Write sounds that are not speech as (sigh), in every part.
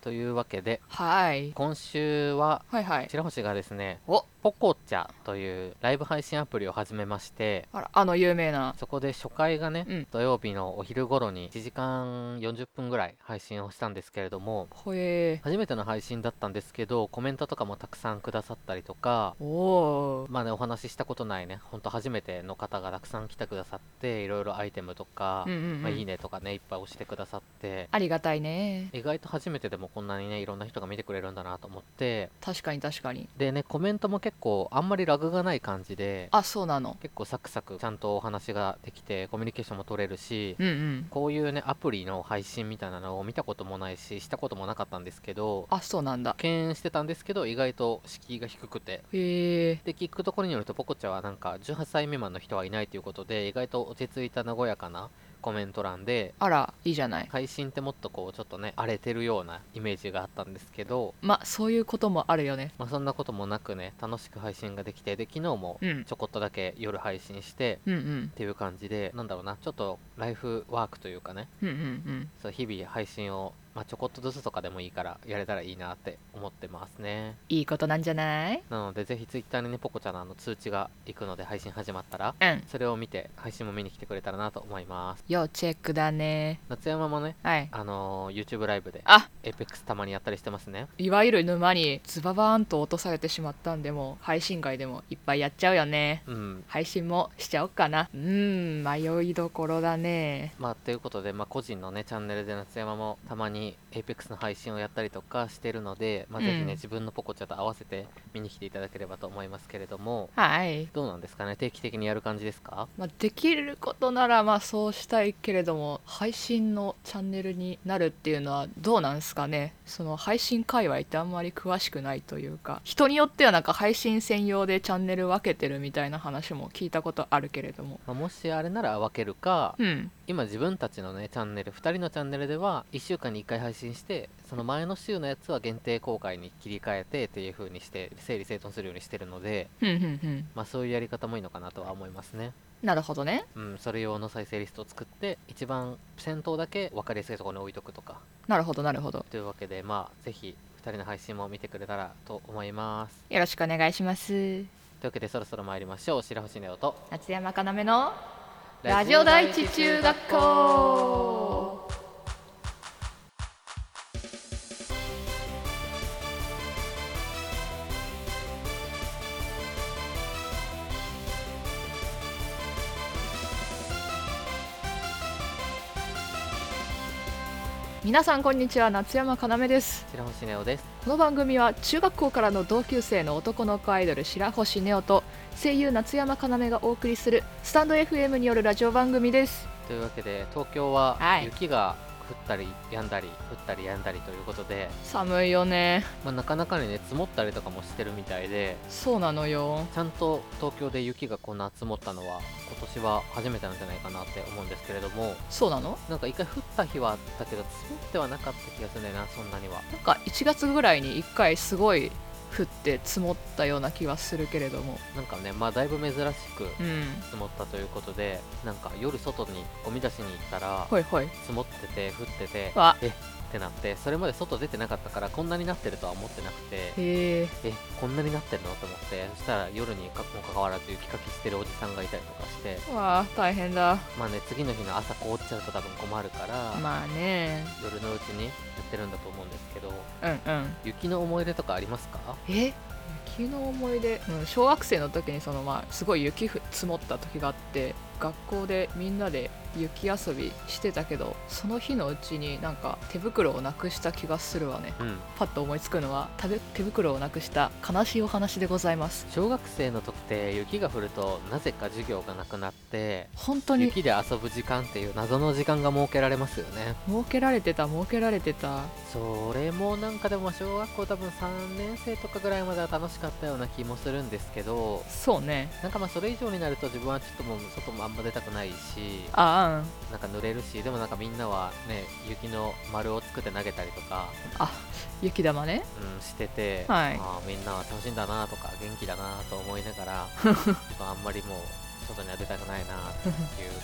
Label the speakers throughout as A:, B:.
A: というわけで
B: はい
A: 今週は
B: はいはい
A: 白星がですね
B: お
A: ポコチャというライブ配信アプリを始めまして
B: あらあの有名な
A: そこで初回がね、
B: うん
A: 土曜日のお昼頃に1時間40分ぐらい配信をしたんですけれども
B: ほえ
A: 初めての配信だったんですけどコメントとかもたくさんくださったりとか
B: ーおー
A: まあねお話ししたことないねほんと初めての方がたくさん来てくださっていろいろアイテムとか、
B: うんうん、うん
A: まあ、いいねとかねいっぱい押してくださって
B: ありがたいね
A: 意外と初めてでもこんなにねいろんな人が見てくれるんだなと思って
B: 確かに確かに
A: でねコメントも結構あんまりラグがない感じで
B: あそうなの
A: 結構サクサクちゃんとお話ができてコミュニケーションも取れるし
B: うんうん
A: こういうねアプリの配信みたいなのを見たこともないししたこともなかったんですけど
B: あそうなんだ
A: 敬遠してたんですけど意外と敷居が低くて
B: へえ
A: で聞くところによるとポコチャはなんか18歳未満の人はいないということで意外と落ち着いた和やかなコメント欄で
B: あらいいじゃない
A: 配信ってもっとこうちょっとね荒れてるようなイメージがあったんですけど
B: まあそういうこともあるよね
A: まあそんなこともなくね楽しく配信ができてで昨日も
B: うん
A: ちょこっとだけ夜配信して
B: うんうん
A: っていう感じでなんだろうなちょっとライフワークというかね
B: うんうんうん
A: そう日々配信を、まあ、ちょこっとずつとかでもいいからやれたらいいなって思ってますね
B: いいことなんじゃない
A: なのでぜひ Twitter にねポコちゃんのあの通知が行くので配信始まったら
B: うん
A: それを見て配信も見に来てくれたらなと思います
B: 要チェックだね
A: 夏山もね
B: はい
A: あのー YouTube ライブで
B: あ
A: APEX たまにやったりしてますね
B: いわゆる沼にズババーンと落とされてしまったんでもう配信外でもいっぱいやっちゃうよね
A: うん
B: 配信もしちゃおっかなうーん迷いどころだね
A: まあということで、まあ、個人のねチャンネルで夏山もたまに APEX の配信をやったりとかしてるので、まあ、
B: うん
A: ぜひね、自分のポコちゃんと合わせて見に来ていただければと思いますけれども
B: はい、
A: どうなんですかね定期的にやる感じですか
B: まあ、できることならまあそうしたいけれども配信のチャンネルになるっていうのはどうなんですかねその配信界隈ってあんまり詳しくないというか人によってはなんか配信専用でチャンネル分けてるみたいな話も聞いたことあるけれども
A: まあもしあれなら分けるか
B: うん
A: 今自分たちのねチャンネル2人のチャンネルでは1週間に1回配信してその前の週のやつは限定公開に切り替えてっていう風にして整理整頓するようにしてるので
B: うんうんうん
A: まあそういうやり方もいいのかなとは思いますね
B: なるほどね
A: うんそれ用の再生リストを作って一番先頭だけ分かりやすいところに置いとくとか
B: なるほどなるほど
A: というわけでまあぜひ2人の配信も見てくれたらと思います
B: よろしくお願いします
A: というわけでそろそろ参りましょう白星ネオと
B: 夏山かなめのラジオ第一中学校皆さんこんにちは夏山かなめです
A: 白星ネオです
B: この番組は中学校からの同級生の男の子アイドル白星ネオと声優夏山かなめがお送りするスタンド FM によるラジオ番組です
A: というわけで東京は
B: はい
A: 雪が降ったり止んだり降ったり止んだりということで、
B: 寒いよね
A: まあ、なかなかにね積もったりとかもしてるみたいで
B: そうなのよ
A: ちゃんと東京で雪がこんな積もったのは今年は初めてなんじゃないかなって思うんですけれども
B: そうなの
A: なんか一回降った日はあったけど積もってはなかった気がするんだよなそんなには
B: なんか1月ぐらいに1回すごい降って積もったような気はするけれども
A: なんかねまあだいぶ珍しく
B: うん
A: 積もったということでなんか夜外にゴミ出しに行ったら
B: ほいほい
A: 積もってて降ってて
B: わ
A: えってなってそれまで外出てなかったからこんなになってるとは思ってなくて
B: へえ
A: えこんなになってんのと思ってそしたら夜にかもかかわらず雪かきしてるおじさんがいたりとかして
B: わあ大変だ
A: まあね次の日の朝凍っちゃうと多分困るから、
B: まあね
A: 夜のうちにやってるんだと思うんですけど
B: うんうん
A: 雪の思い出とかありますか
B: え雪の思い出、うん、小学生の時にその、まあ、すごい雪ふ積もった時があって学校でみんなで雪遊びしてたけどその日のうちになんか手袋をなくした気がするわね
A: うん
B: パッと思いつくのは手手袋をなくした悲しいお話でございます
A: 小学生の時って雪が降るとなぜか授業がなくなって
B: 本当に設
A: 雪で遊ぶ時間っていう謎の時間が設けられますよね
B: けられてた設けられてた
A: それもなんかでも小学校多分3年生とかぐらいまでは楽しかったような気もするんですけど
B: そうね
A: なんかまあそれ以上になると自分はちょっともう外もあんま出たくないし
B: あ
A: なんか濡れるしでもなんかみんなはね雪の丸を作って投げたりとか、
B: あうんあ雪玉ね
A: うん、してて、
B: はい (laughs)
A: ああみんなは楽しいんだなとか元気だなと思いながらまああんまりもう外には出たくないなっていう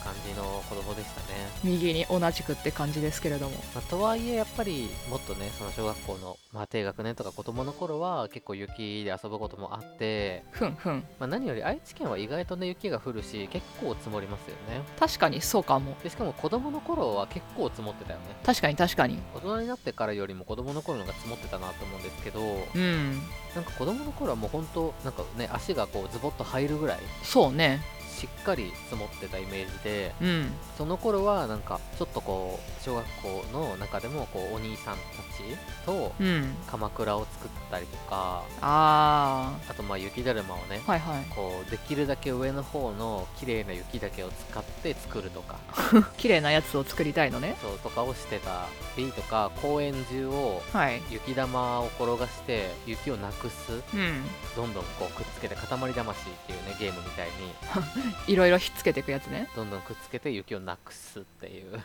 A: 感じの子供でしたね。
B: 右に同じくって感じですけれども
A: まあとはいえやっぱりもっとねその小学校の、まあ、低学年とか子供の頃は結構雪で遊ぶこともあって、
B: ふんふん
A: まあ、何より愛知県は意外とね雪が降るし結構積もりますよね
B: 確かにそうかも
A: でしかも子供の頃は結構積もってたよね
B: 確かに確かに
A: 大人になってからよりも子供の頃の方が積もってたなと思うんですけど
B: うん
A: なんか子供の頃はもう本当なんかね足がこうズボッと入るぐらい
B: そうね
A: しっかり積もってたイメージで
B: うん
A: その頃はなんかちょっとこう小学校の中でもこうお兄さんたちと
B: うん
A: 鎌倉を作ったりとか
B: あ
A: あとまあ雪だるまをね
B: あはいはい
A: こうできるだけ上の方の綺麗な雪だけを使って作るとか
B: 綺麗なやつを作りたいのね
A: そうとかをしてたりとか公園中を
B: はい
A: 雪玉を転がして雪をなくす
B: うん
A: どんどんこうくっつけて塊魂っていうねゲームみたいに
B: いろいろひっつけていくやつね (laughs)
A: どんどんくっつけて雪をなくすっていう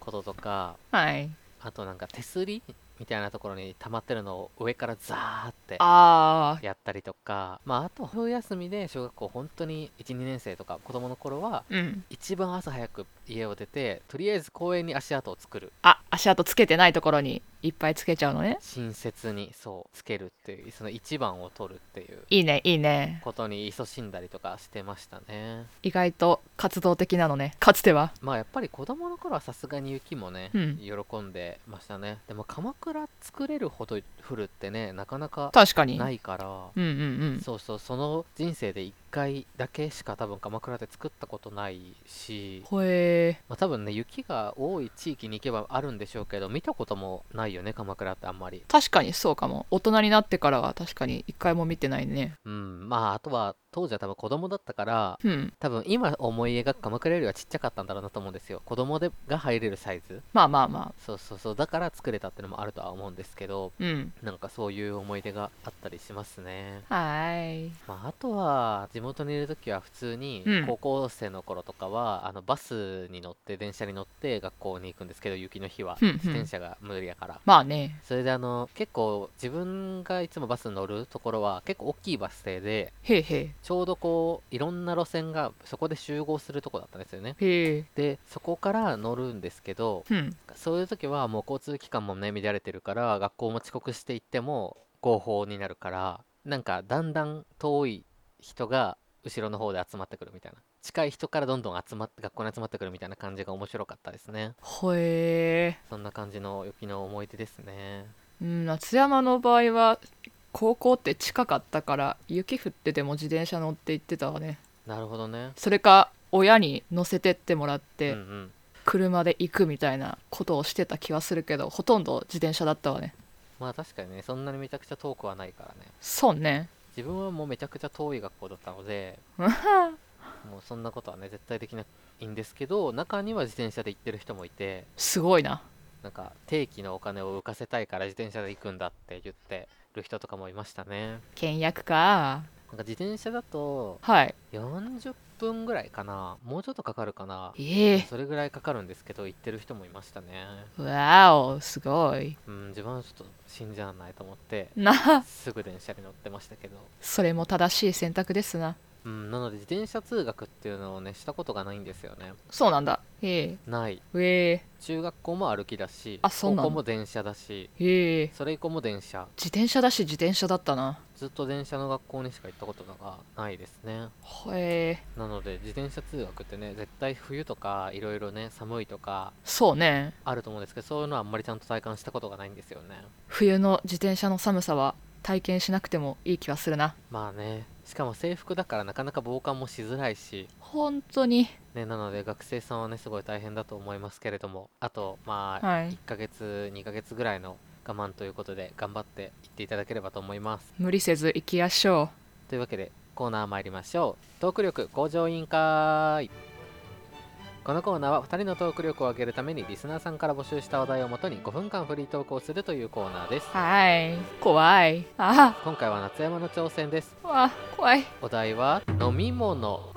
A: こととか
B: はい
A: あとなんか手すりみたいなところに溜まってるのを上からザーって
B: ああ
A: やったりとか、まあ、あと冬休みで小学校本当に12年生とか子供の頃は
B: うん
A: 一番朝早く家を出てとりあえず公園に足跡を作る
B: あ足跡つけてないところにいっぱいつけちゃうのね
A: 親切にそうつけるっていうその一番を取るっていう
B: いいねいいね
A: ことに勤しんだりとかしてましたね
B: 意外と活動的なのねかつては
A: まあやっぱり子供の頃はさすがに雪もね、
B: うん
A: 喜んでましたねでも鎌倉作れるほど降るってねなかなか
B: 確かに
A: ないから
B: うんうんうん
A: そうそうその人生で1回だけしか多分鎌倉で作ったことないし、
B: ほえ
A: まあ、多分ね雪が多い地域に行けばあるんでしょうけど見たこともないよね鎌倉ってあんまり
B: 確かにそうかも大人になってからは確かに一回も見てないね
A: うんまああとは当時は多分子供だったから
B: うん
A: 多分今思い描く鎌倉よりはちっちゃかったんだろうなと思うんですよ子供でが入れるサイズ
B: まあまあま
A: そうそうそうだから作れたってのもあるとは思うんですけど
B: あうん
A: なんかそういう思い出があったりしますね、
B: はーい
A: まあ、あとは地元にいる時は普通に
B: うん
A: 高校生の頃とかは、あのバスに乗って電車に乗って学校に行くんですけど雪の日は
B: うんうん
A: 自転車が無理やから
B: まあね
A: それであの結構自分がいつもバスに乗るところは結構大きいバス停で
B: へえへ
A: ちょうどこういろんな路線がそこで集合するとこだったんですよね
B: えへえ
A: でそこから乗るんですけど
B: うん
A: そういう時はもう交通機関もね乱れてるから学校も遅刻していっても合法になるからなんかだんだん遠い人が後ろの方で集まってくるみたいな近い人からどんどん集まって学校に集まってくるみたいな感じが面白かったですね
B: ほえ
A: そんな感じの雪の思い出ですね
B: うん夏山の場合は高校って近かったから雪降ってても自転車乗って行ってたわね
A: なるほどね
B: それか親に乗せてってもらっ
A: うんう
B: て
A: ん
B: 車で行くみたいなことをしてた気はするけどほとんど自転車だったわね
A: まあ確かにねそんなにめちゃくちゃ遠くはないからね
B: そうね (laughs)
A: 自分はもうめちゃくちゃ遠い学校だったのでもうそんなことはね絶対できないんですけど中には自転車で行ってる人もいて
B: すごいな
A: なんか定期のお金を浮かせたいから自転車で行くんだって言ってる人とかもいましたね
B: 倹約か
A: なんか自転車だと
B: はい
A: 40分ぐらいかなもうちょっとかかるかな
B: ええ
A: それぐらいかかるんですけど行ってる人もいましたね
B: わおすごい
A: うん自分はちょっと死んじゃわないと思って
B: な
A: すぐ電車に乗ってましたけど
B: それも正しい選択ですな
A: うんなので自転車通学っていうのをねしたことがないんですよね
B: そうなんだえ
A: ない
B: ええ
A: 中学校も歩きだし
B: あそう
A: 高
B: なの
A: 校も電車だし
B: えええ
A: それ以降も電車
B: 自転車だし自転車だったな
A: ずっと電車の学校にしか行ったことがないですね
B: へえ
A: なので自転車通学ってね絶対冬とかいろいろね寒いとか
B: そうね
A: あると思うんですけどそういうのはあんまりちゃんと体感したことがないんですよね
B: 冬の自転車の寒さは体験しなくてもいい気はするな
A: まあねしかも制服だからなかなか防寒もしづらいし
B: 本当に
A: ねなので学生さんはねすごい大変だと思いますけれどもあとまあ
B: はい
A: 1ヶ月2ヶ月ぐらいの我慢ということで頑張っていっていただければと思います
B: 無理せず行きやしょ
A: というわけでコーナー参りましょうトーク力向上委員会このコーナーは2人のトーク力を上げるためにリスナーさんから募集した話題をもとに5分間フリートークをするというコーナーです
B: うはい怖いあ
A: 今回は夏山の挑戦です
B: あ怖い
A: お題は飲み物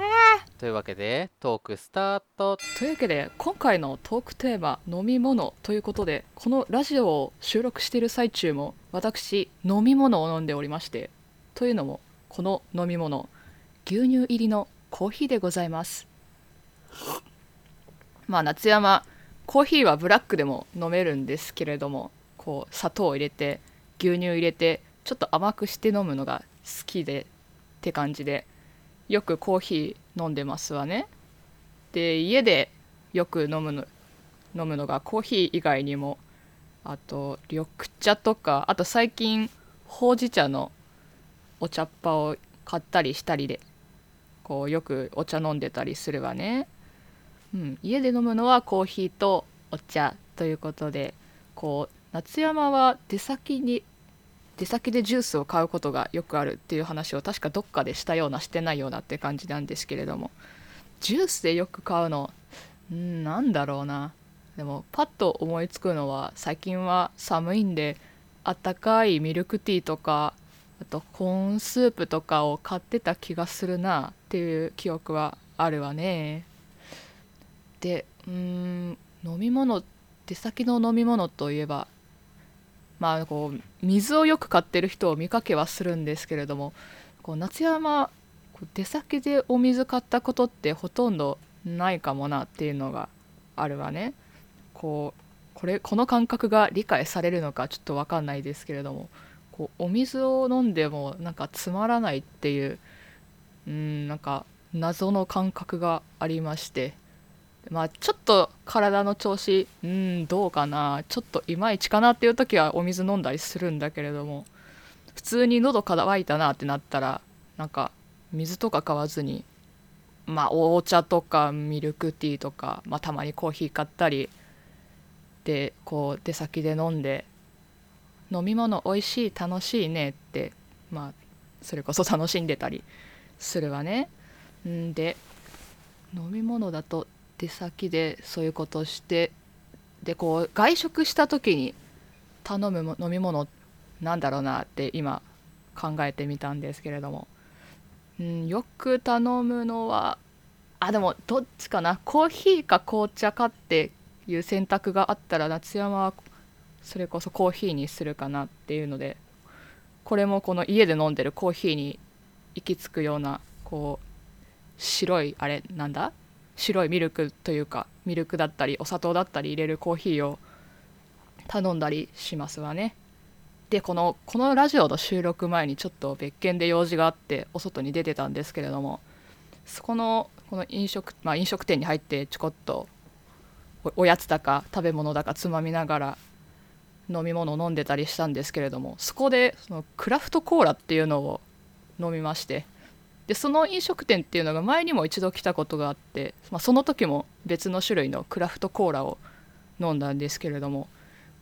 A: というわけでトークスタート
B: というわけで今回のトークテーマ「飲み物」ということでこのラジオを収録している最中も私飲み物を飲んでおりましてというのもこの飲み物牛乳入りのコーヒーでございますまあ夏山コーヒーはブラックでも飲めるんですけれどもこう砂糖を入れて牛乳入れてちょっと甘くして飲むのが好きでって感じでよくコーヒー飲んでますわねで家でよく飲むの飲むのがコーヒー以外にもあと緑茶とかあと最近ほうじ茶のお茶っ葉を買ったりしたりでこうよくお茶飲んでたりするわね、うん、家で飲むのはコーヒーとお茶ということでこう夏山は出先に出先でジュースを買うことがよくあるっていう話を確かどっかでしたようなしてないようなって感じなんですけれどもジュースでよく買うのうんなんだろうなでもパッと思いつくのは最近は寒いんであったかいミルクティーとかあとコーンスープとかを買ってた気がするなっていう記憶はあるわねでうーん飲み物出先の飲み物といえばまあこう水をよく買ってる人を見かけはするんですけれどもこう夏山こう出先でお水買ったことってほとんどないかもなっていうのがあるわね。こうこれこの感覚が理解されるのかちょっと分かんないですけれどもこうお水を飲んでもなんかつまらないっていううんなんか謎の感覚がありましてまあちょっと体の調子うんどうかなちょっといまいちかなっていう時はお水飲んだりするんだけれども普通に喉乾いたなってなったらなんか水とか買わずにまあお茶とかミルクティーとか、まあ、たまにコーヒー買ったりでこう出先で飲んで飲み物おいしい楽しいねってまあそれこそ (laughs) 楽しんでたりするわね。んで飲み物だと出先でそういうことしてでこう外食した時に頼むも飲み物なんだろうなって今考えてみたんですけれども、うん、よく頼むのはあでもどっちかなコーヒーか紅茶かっていう選択があったら夏山はそれこそコーヒーにするかなっていうのでこれもこの家で飲んでるコーヒーに行き着くようなこう白いあれなんだ白いミルクというかミルクだったりお砂糖だったり入れるコーヒーを頼んだりしますわねでこのこのラジオの収録前にちょっと別件で用事があってお外に出てたんですけれどもそこのこの飲食,、まあ、飲食店に入ってちょこっとおおやつだか食べ物だかつまみながら飲み物を飲んでたりしたんですけれどもそこでそのクラフトコーラっていうのを飲みましてでその飲食店っていうのが前にも一度来たことがあって、まあ、その時も別の種類のクラフトコーラを飲んだんですけれども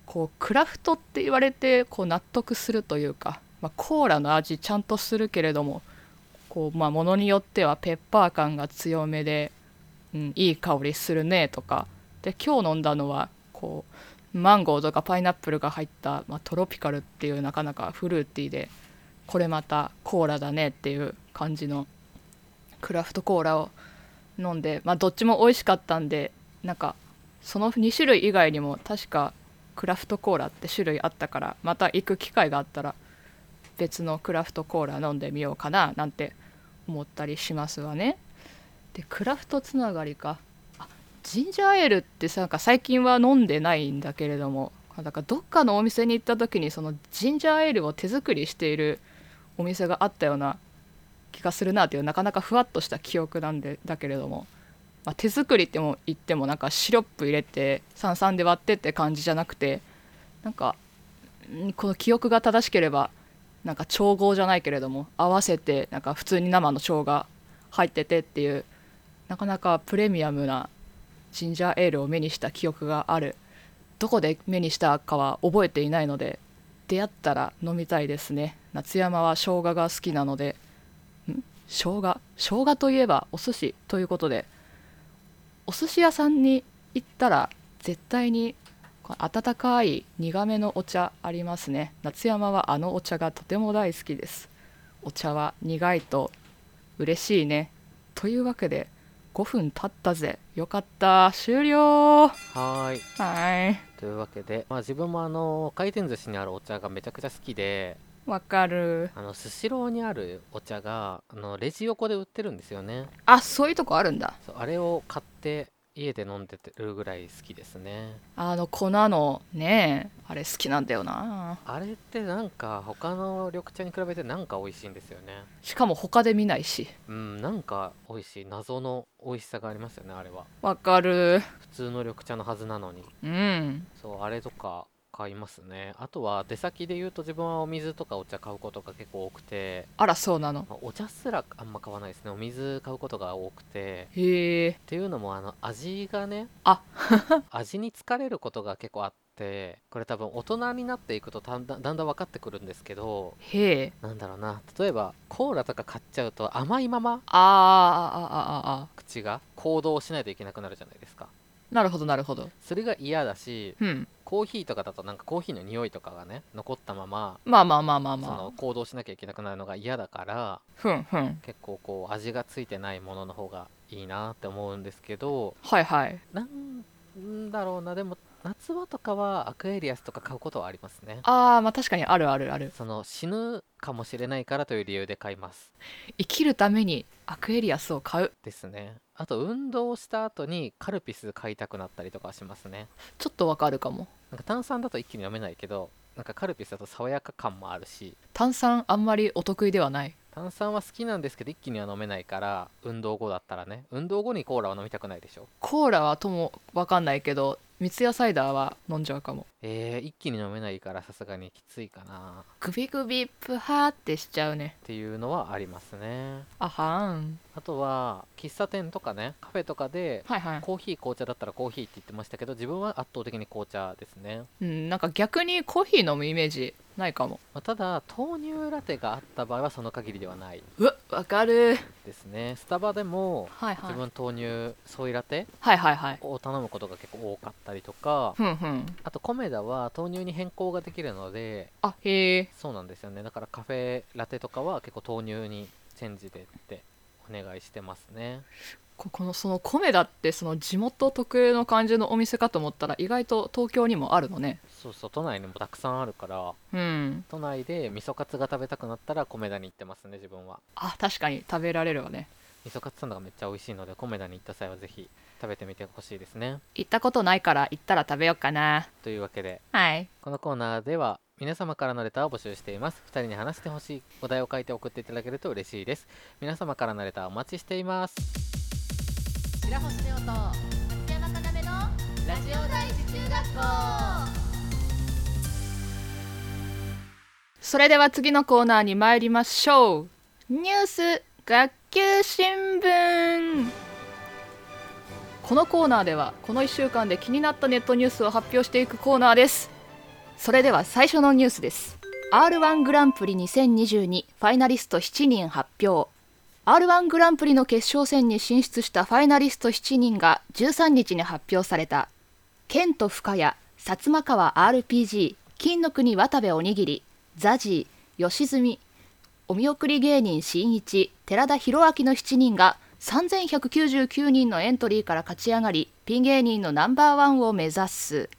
B: こうクラフトって言われてこう納得するというか、まあ、コーラの味ちゃんとするけれどもこう、まあ、ものによってはペッパー感が強めで、うん、いい香りするねとかで今日飲んだのはこうマンゴーとかパイナップルが入った、まあ、トロピカルっていうなかなかフルーティーでこれまたコーラだねっていう感じのクラフトコーラを飲んで、まあ、どっちも美味しかったんでなんかその2種類以外にも確かクラフトコーラって種類あったからまた行く機会があったら別のクラフトコーラ飲んでみようかななんて思ったりしますわね。でクラフトつながりかジンジャーエールってさなんか最近は飲んでないんだけれどもなんかどっかのお店に行った時にそのジンジャーエールを手作りしているお店があったような気がするなというなかなかふわっとした記憶なんでだけれども、まあ、手作りっても言ってもなんかシロップ入れて三々で割ってって感じじゃなくてなんかんこの記憶が正しければなんか調合じゃないけれども合わせてなんか普通に生の生姜入っててっていうなかなかプレミアムなジンジャーエールを目にした記憶があるどこで目にしたかは覚えていないので出会ったら飲みたいですね夏山は生姜が好きなのでん生姜生姜といえばお寿司ということでお寿司屋さんに行ったら絶対にこう温かい苦めのお茶ありますね夏山はあのお茶がとても大好きですお茶は苦いと嬉しいねというわけで5分経ったぜよかった終了は
A: はーい
B: ーい
A: というわけで、まあ、自分もあの回転寿司にあるお茶がめちゃくちゃ好きで
B: わかる
A: あのスシローにあるお茶があのレジ横で売ってるんですよね
B: あそういうとこあるんだ
A: そうあれを買って家で飲んでるぐらい好きですね
B: あの粉のねあれ好きなんだよな
A: あれってなんか他の緑茶に比べてなんか美味しいんですよね
B: しかも他で見ないし
A: うんなんか美味しい謎の美味しさがありますよねあれは
B: わかる
A: 普通の緑茶のはずなのに
B: うん
A: そうあれとか買いますねあとは出先で言うと自分はお水とかお茶買うことが結構多くて、
B: あらそうなの
A: まあお茶すらあんま買わないですねお水買うことが多くて
B: へえ
A: っていうのもあの味がね
B: あ (laughs)
A: 味に疲れることが結構あってこれ多分大人になっていくとだんだんだんだん分かってくるんですけど
B: へえ
A: なんだろうな例えばコーラとか買っちゃうと甘いまま
B: あーあああああ
A: 口が行動しないといけなくなるじゃないですか
B: なるほどなるほど
A: それが嫌だし
B: うん
A: コーヒーとかだとなんかコーヒーの匂いとかがね残ったまま
B: まあまあまあまあ
A: その
B: まあ
A: 行動しなきゃいけなくなるのが嫌だから
B: ふんふん
A: 結構こう味がついてないものの方がいいなって思うんですけど
B: はいはい
A: なんんだろうなでも夏場とかはアクエリアスとか買うことはありますね
B: あーまあ確かにあるあるある
A: その死ぬかもしれないからという理由で買います
B: 生きるためにアクエリアスを買う
A: ですねあと運動した後にカルピス買いたくなったりとかはしますね
B: ちょっとわかるかも
A: なんか炭酸だと一気に飲めないけどなんかカルピスだと爽やか感もあるし
B: 炭酸あんまりお得意ではない
A: 炭酸は好きなんですけど一気には飲めないから運動後だったらね運動後にコーラは飲みたくないでしょ
B: コーラはともわかんないけど三ツ矢サイダーは飲んじゃうかも
A: えー、一気に飲めないからさすがにきついかなっ
B: グビグビプハーってしちゃうね
A: ていうのはありますね
B: あはーん
A: あとは喫茶店とかねカフェとかで
B: はいはい
A: コーヒー紅茶だったらコーヒーって言ってましたけど自分は圧倒的に紅茶ですね、
B: うんなんか逆にコーヒー飲むイメージないかも
A: まあただ豆乳ラテがあった場合はその限りではないう
B: わわかる
A: ですねスタバでも
B: はいは
A: 自
B: い
A: 分豆乳ソイラテ
B: はいはいはい
A: を頼むことが結構多かったりとか
B: ふんふん
A: あとコメダは豆乳に変更ができるので
B: あへえ
A: そうなんですよねだからカフェラテとかは結構豆乳にチェンジでってお願いしてますね
B: ここのその米だってその地元特有の感じのお店かと思ったら意外と東京にもあるのね
A: そうそう都内にもたくさんあるから
B: うん
A: 都内で味噌カツが食べたくなったら米田に行ってますね自分は
B: あ確かに食べられるわね
A: 味噌カツサンドがめっちゃ美味しいので米田に行った際はぜひ食べてみてほしいですね
B: 行ったことないから行ったら食べようかな
A: というわけで
B: はい
A: このコーナーでは皆様からのレターを募集しています2人に話してほしいお題を書いて送っていただけると嬉しいです皆様からのレターお待ちしています
C: 白星亮と松山かなめのラジオ第一中学校
B: それでは次のコーナーに参りましょうニュース学級新聞このコーナーではこの1週間で気になったネットニュースを発表していくコーナーですそれでは最初のニュースです R1 グランプリ2022ファイナリスト7人発表 R1 グランプリの決勝戦に進出したファイナリスト7人が13日に発表された剣と深谷薩摩川 RPG 金の国渡部おにぎりザジー吉住お見送り芸人新一寺田博明の7人が3199人のエントリーから勝ち上がりピン芸人のナンバーワンを目指す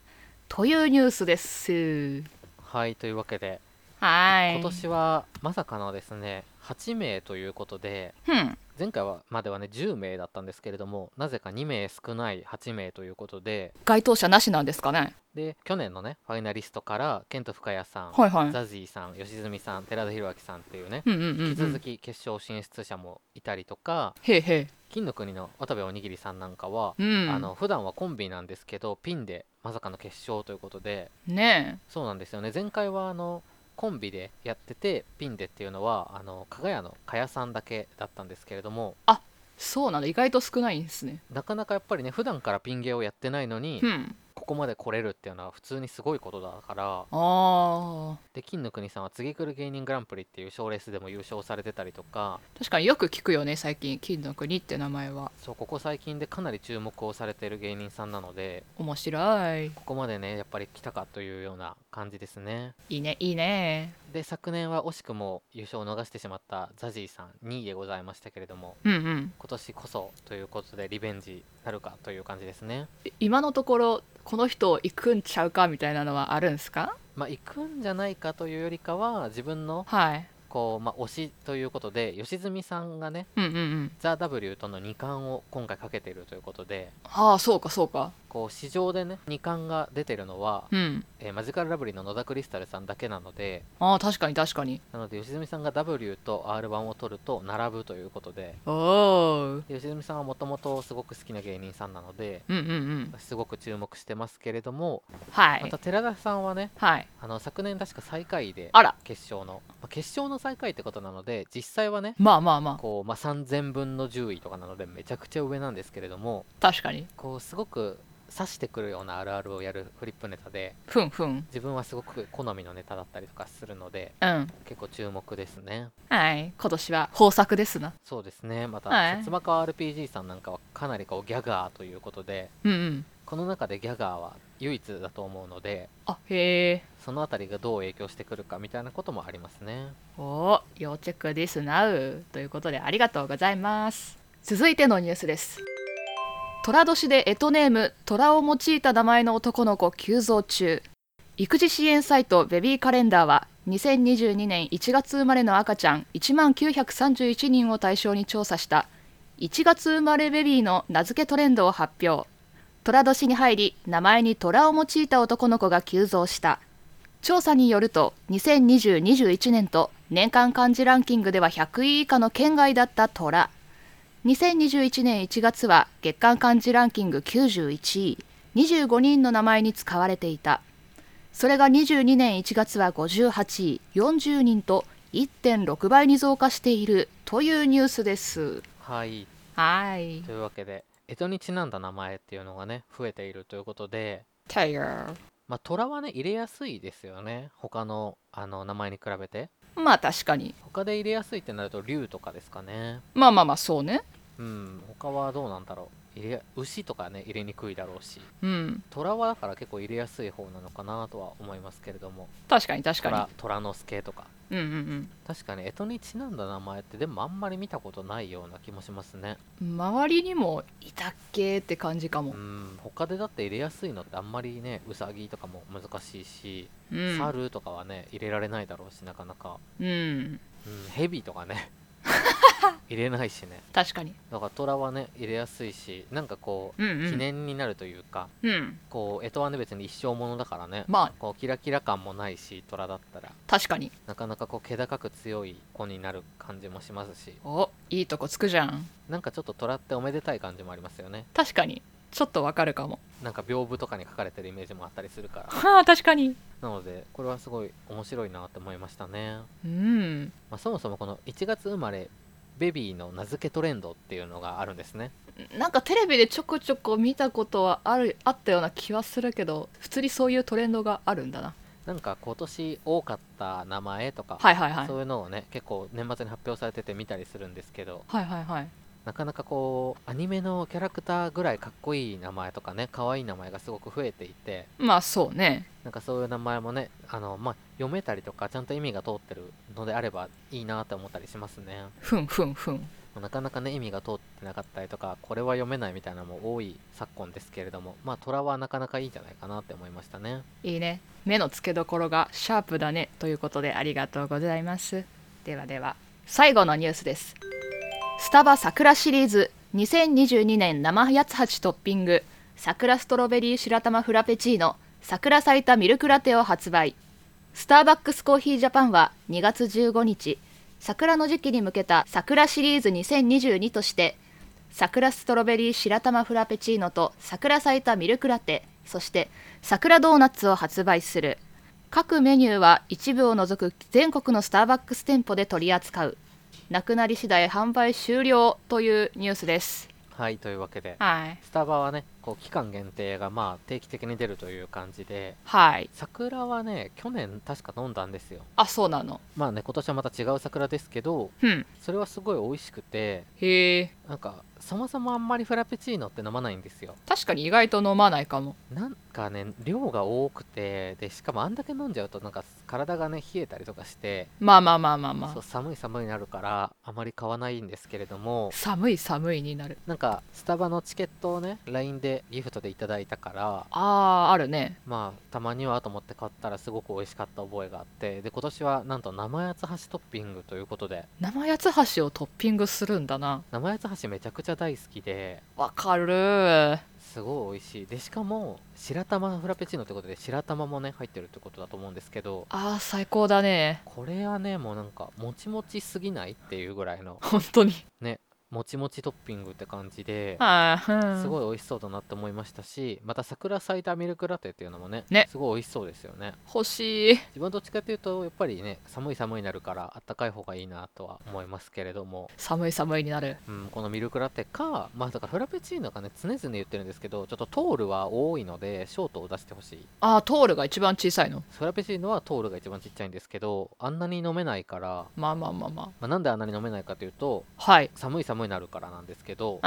B: というニュースです
A: はいというわけで
B: はい
A: 今年はまさかのですね8名ということで
B: うん
A: 前回はまではね10名だったんですけれどもなぜか2名少ない8名ということで
B: 該当者なしなんですかね
A: で去年のねファイナリストからケント・深谷さん、
B: はいはい
A: ザジーさん吉住さん寺田裕明さんっていうね
B: うんうんうん、う
A: 引き続
B: ん、
A: き決勝進出者もいたりとか、
B: へいへい
A: 金の国の渡部おにぎりさんなんかは、
B: うん
A: あの普段はコンビなんですけどピンでまさかの決勝ということで
B: ね
A: そうなんですよね前回はあのコンビでやっててピンでっていうのはあの加賀屋の加谷さんだけだったんですけれども
B: えそうなんだ意外と少ないんですね
A: なかなかやっぱりね普段からピン芸をやってないのに、
B: うん
A: ここまで来れるっていうのは普通にすごいことだから
B: あ
A: で金の国さんは次来る芸人グランプリっていう賞レースでも優勝されてたりとか
B: ー確かによく聞くよね最近金の国って名前は
A: そうここ最近でかなり注目をされてる芸人さんなので
B: 面白い
A: ここまでねやっぱり来たかというような感じですね
B: いいねいいね
A: で昨年は惜しくも優勝を逃してしまったザジーさん2位でございましたけれども
B: うんうん
A: 今年こそということでリベンジなるかという感じですね
B: 今のところこの人行くんちゃうかみたいなのはあるんすか
A: まあ行くんじゃないかというよりかは自分の
B: はい
A: こう、まあ、推しということで吉住さんがね
B: うんうんうん
A: 「ザ・ w との2冠を今回かけているということで
B: ああそうかそうか
A: こう市場でね2冠が出てるのは、
B: うん
A: えーマジカルラブリーの野田クリスタルさんだけなので
B: ああ確かに確かに
A: なので吉住さんが W と R1 を取ると並ぶということで
B: おお
A: で吉住さんはもともとすごく好きな芸人さんなので
B: うんうんうん
A: すごく注目してますけれども
B: は
A: ま
B: い
A: た寺田さんはね
B: はい
A: あの昨年確か最下位で
B: あら
A: 決勝の、まあ決勝の最下位ってことなので実際はね
B: まあまあま
A: こう、まあ、3000分の10位とかなのでめちゃくちゃ上なんですけれども
B: あ確かに
A: こうすごく刺してくるようなあるあるをやるフリップネタで
B: ふんふん
A: 自分はすごく好みのネタだったりとかするので
B: うん
A: 結構注目ですね
B: はい今年は豊作ですな
A: そうですねまた
B: はい
A: 薩摩川 RPG さんなんかはかなりこうギャガーということで
B: うんうん
A: この中でギャガーは唯一だと思うので
B: あへえ
A: そのあたりがどう影響してくるかみたいなこともありますね
B: おー要チェックですなうということでありがとうございます続いてのニュースです虎年でエトネーム虎を用いた名前の男の子急増中育児支援サイトベビーカレンダーは2022年1月生まれの赤ちゃん1万931人を対象に調査した1月生まれベビーの名付けトレンドを発表虎年に入り名前に虎を用いた男の子が急増した調査によると2020-21年と年間漢字ランキングでは100位以下の県外だった虎2021年1月は月間漢字ランキング91位25人の名前に使われていたそれが22年1月は58位40人と1.6倍に増加しているというニュースです
A: はい
B: はい
A: というわけで江戸にちなんだ名前っていうのがね増えているということで
B: タイヤー
A: まあ虎はね入れやすいですよね他のあの名前に比べて
B: まあ確かに
A: 他で入れやすいってなると竜とかですかね
B: まあまあまあそうね
A: うん他はどうなんだろう入れ牛とかね入れにくいだろうし
B: うん
A: 虎はだから結構入れやすい方なのかなとは思いますけれども
B: 確かに確か
A: 虎虎之助とか
B: にうんうん
A: 確かに干支にちなんだ名前ってでもあんまり見たことないような気もしますね
B: うん周りにもいたっけって感じかも
A: うん他でだって入れやすいのってあんまりねうさぎとかも難しいし、
B: うん
A: 猿とかはね入れられないだろうしなかなか、
B: うん
A: うん、ヘビとか
B: (laughs)
A: ね入れないしね
B: 確かに
A: だから虎はね入れやすいしなんかこ
B: うん
A: う
B: うん
A: 記念になるというか、
B: うん
A: こう干支はね別に一生ものだからね
B: まあ
A: こうキラキラ感もないし虎だったら
B: 確かに
A: なかなかこう気高く強い子になる感じもしますし
B: おいいとこつくじゃん
A: なんかちょっと虎っておめでたい感じもありますよね
B: 確かにちょっとわかるかも
A: なんか屏風とかに書かれてるイメージもあったりするから
B: はあ確かに
A: なのでこれはすごい面白いなって思いましたね、
B: うん
A: まあ、そもそもこの1月生まれベビーの名付けトレンドっていうのがあるんですね
B: なんかテレビでちょこちょこ見たことはあるあったような気はするけど普通にそういうトレンドがあるんだな
A: なんか今年多かった名前とか、
B: はいはいはい
A: そういうのをね結構年末に発表されてて見たりするんですけど
B: はいはいはい
A: なかなかこうアニメのキャラクターぐらいかっこいい名前とかね可愛い名前がすごく増えていて
B: まあそうね
A: なんかそういう名前もねあの、まあ、読めたりとかちゃんと意味が通ってるのであればいいなって思ったりしますね
B: ふんふんふん
A: なかなかね意味が通ってなかったりとかこれは読めないみたいなのも多い昨今ですけれどもまあ虎はなかなかいいんじゃないかなって思いましたね
B: いいね目の付けどころがシャープだねということでありがとうございますではでは最後のニュースですスタバ桜シリーズ2022年生八つ橋トッピング桜ストロベリー白玉フラペチーノ桜咲いたミルクラテを発売スターバックスコーヒージャパンは2月15日桜の時期に向けた桜シリーズ2022として桜ストロベリー白玉フラペチーノと桜咲いたミルクラテそして桜ドーナツを発売する各メニューは一部を除く全国のスターバックス店舗で取り扱うなくなり次第販売終了というニュースです
A: はいというわけで
B: はい
A: スタバはねこう期間限定がまあ定期的に出るという感じで
B: はい
A: 桜はね去年確か飲んだんですよ
B: あそうなの
A: まあね今年はまた違う桜ですけど
B: うん
A: それはすごい美味しくて
B: へえ
A: なんかそもそもあんまりフラペチーノって飲まないんですよ
B: 確かに意外と飲まないかも
A: なんかね量が多くてでしかもあんだけ飲んじゃうとなんか体がね冷えたりとかして
B: まあまあまあまあま
A: そう
B: あ
A: 寒い寒いになるからあまり買わないんですけれども
B: 寒い寒いになる
A: なんかスタバのチケットをね LINE ででギフトでいただいたから
B: あーあるね
A: まあたまにはと思って買ったらすごく美味しかった覚えがあってで今年はなんと生八つ橋トッピングということで
B: 生八つ橋をトッピングするんだな
A: 生八つ橋めちゃくちゃ大好きで
B: わかるー
A: すごい美味しいでしかも白玉フラペチーノってことで白玉もね入ってるってことだと思うんですけど
B: あー最高だね
A: これはねもうなんかもちもちすぎないっていうぐらいの
B: 本当に
A: もちもちトッピングって感じで
B: ああ
A: す
B: い
A: ごい美味しそうだなって思いましたしまた桜咲いたミルクラテっていうのもね
B: ね
A: すごい美味しそうですよね
B: 欲しい
A: 自分はどっちかというとやっぱりね寒い寒いになるからあったかい方がいいなとは思いますけれども、
B: 寒い寒いになる
A: うん、このミルクラテかまあだからフラペチーノがね常々言ってるんですけどちょっとトールは多いのでショートを出してほしい
B: ああトールが一番小さいの
A: フラペチーノはトールが一番ちっちゃいんですけどあんなに飲めないから、ま
B: まあまあまあま
A: あ、なんであんなに飲めないかというと
B: あはい
A: 寒い寒いになるからなんですけど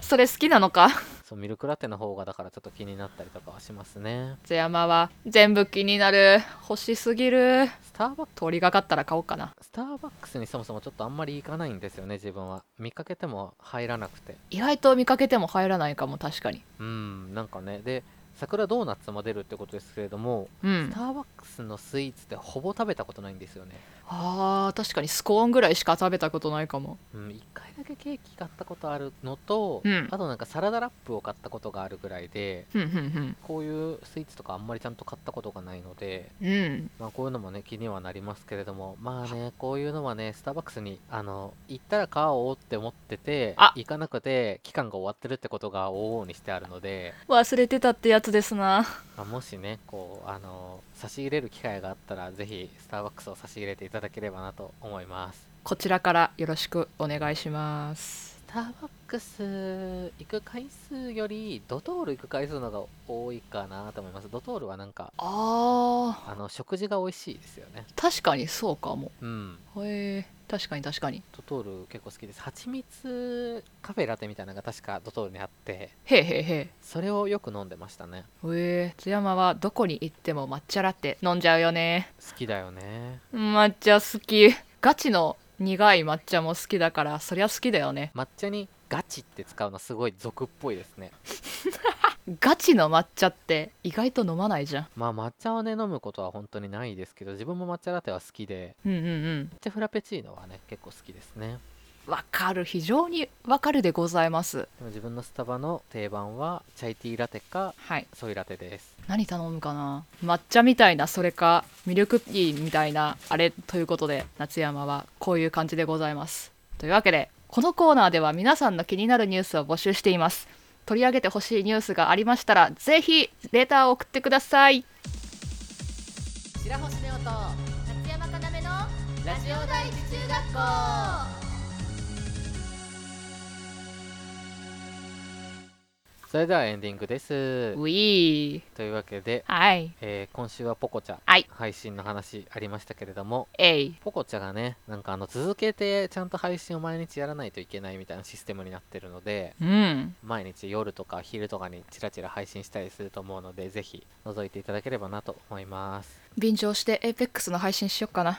B: それ好きなのか
A: そうミルクラテの方がだからちょっと気になったりとかはしますね
B: ゼヤマは全部気になる欲しすぎる
A: スターバック
B: 通りがかったら買おうかな
A: スターバックスにそもそもちょっとあんまり行かないんですよね自分は見かけても入らなくて
B: 意外と見かけても入らないかも確かに
A: うんなんかねで桜ドーナツも出るってことですけれども、
B: う
A: ス
B: ん
A: ターバックスのスイーツってほぼ食べたことないんですよね
B: あー確かにスコーンぐらいしか食べたことないかも
A: うん1回だけケーキ買ったことあるのと、
B: うん
A: あとなんかサラダラップを買ったことがあるぐらいで
B: ふんふんふん
A: こういうスイーツとかあんまりちゃんと買ったことがないので、
B: うん
A: まあ、こういうのもね気にはなりますけれどもまあねこういうのはねスターバックスにあの行ったら買おうって思ってて
B: あ
A: 行かなくて期間が終わってるってことが往々にしてあるので、
B: 忘れてたってやつですな
A: まあ、もしねこうあの差し入れる機会があったらぜひスターバックスを差し入れていただければなと思います
B: こちらからよろしくお願いします
A: スターバックス行く回数よりドトール行く回数の方が多いかなと思いますドトールはなんか
B: あ
A: あの食事が美味しいですよね
B: ー確かにそうかも
A: うん
B: へえ確かに確かに
A: ドトール結構好きです蜂蜜カフェラテみたいなのが確かドトールにあって
B: へえへえへえ
A: それをよく飲んでましたね
B: えー、津山はどこに行っても抹茶ラテ飲んじゃうよね
A: 好きだよね
B: 抹茶好きガチの苦い抹茶も好きだからそりゃ好きだよね
A: 抹茶にガチって使うのすごい俗っぽいですね
B: ガチの抹茶って意外と飲まないじゃん
A: まあ抹茶をね飲むことは本当にないですけど自分も抹茶ラテは好きで
B: うんうんうん
A: 抹茶フラペチーノはね結構好きですね
B: わかる非常にわかるでございます
A: でも自分のスタバの定番はチャイティーラテか
B: はい
A: ソイラテです
B: 何頼むかな抹茶みたいなそれかミルクティーみたいなあれということで夏山はこういう感じでございますというわけでこのコーナーでは皆さんの気になるニュースを募集しています取り上げてほしいニュースがありましたらぜひレターを送ってください
C: 白星ネオと夏山かなめのラジオ第一中学校
A: それではエンディングです
B: ウィー
A: というわけで、
B: はい
A: えー今週はポコチャ
B: はい
A: 配信の話ありましたけれども
B: えい
A: ポコチャがねなんかあの続けてちゃんと配信を毎日やらないといけないみたいなシステムになってるので
B: うん
A: 毎日夜とか昼とかにチラチラ配信したりすると思うのでぜひ覗いていただければなと思います
B: 便乗して APEX の配信しよっかな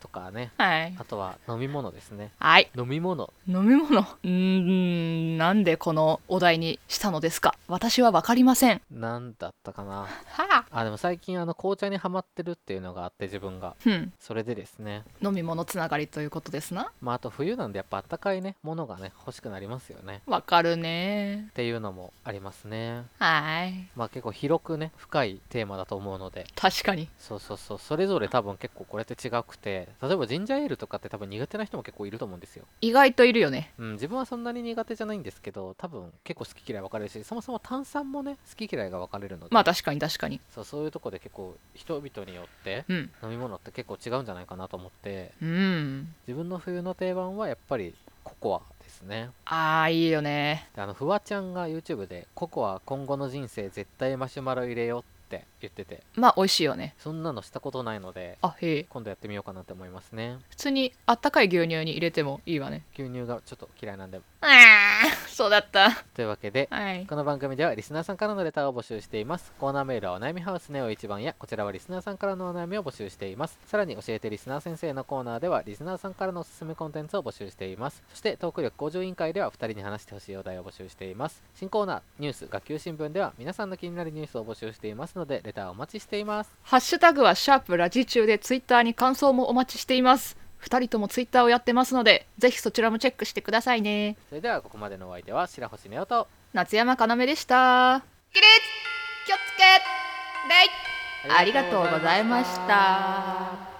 A: とかね
B: はい
A: あとは飲み物ですね
B: はい
A: 飲み物
B: 飲み物うーんなんでこのお題にしたのですか私はわかりません
A: なんだったかな
B: はあ
A: あでも最近あの紅茶にハマってるっていうのがあって自分が
B: うん
A: それでですね
B: 飲み物つながりということですな
A: まああと冬なんでやっぱあったかいねものがね欲しくなりますよね
B: わかるね
A: っていうのもありますね
B: はい
A: まあ結構広くね深いテーマだと思うので
B: 確かに
A: そうそうそうそれぞれ多分結構これって違くて例えばジンジャーエールとかって多分苦手な人も結構いると思うんですよ
B: 意外といるよね
A: うん自分はそんなに苦手じゃないんですけど多分結構好き嫌い分かれるしそもそも炭酸もね好き嫌いが分かれるので
B: まあ確かに確かに
A: そうそういうとこで結構人々によって
B: うん
A: 飲み物って結構違うんじゃないかなと思って
B: うん
A: 自分の冬の定番はやっぱりココアですね
B: あーいいよね
A: であのフワちゃんが YouTube でココア今後の人生絶対マシュマロ入れようって言ってて
B: まあ美味しいよね
A: そんなのしたことないので
B: あへえ
A: 今度やってみようかなって思いますね
B: 普通にあったかい牛乳に入れてもいいわね
A: 牛乳がちょっと嫌いなんで
B: あそうだった。
A: というわけで
B: はい。
A: この番組ではリスナーさんからのレターを募集していますコーナーメールはお悩みハウスネオ一番やこちらはリスナーさんからのお悩みを募集していますさらに教えてリスナー先生のコーナーではリスナーさんからのおすすめコンテンツを募集していますそしてトーク力向上委員会では2人に話してほしいお題を募集しています新コーナーニュース学級新聞では皆さんの気になるニュースを募集していますのでレターをお待ちしています
B: ハッシュタグはシャープラジ中でツイッターに感想もお待ちしています。二人ともツイッターをやってますので、ぜひそちらもチェックしてくださいね。
A: それではここまでのお相手は白星ネオと
B: 夏山かなめでした。起立気をつけ礼ありがとうございました。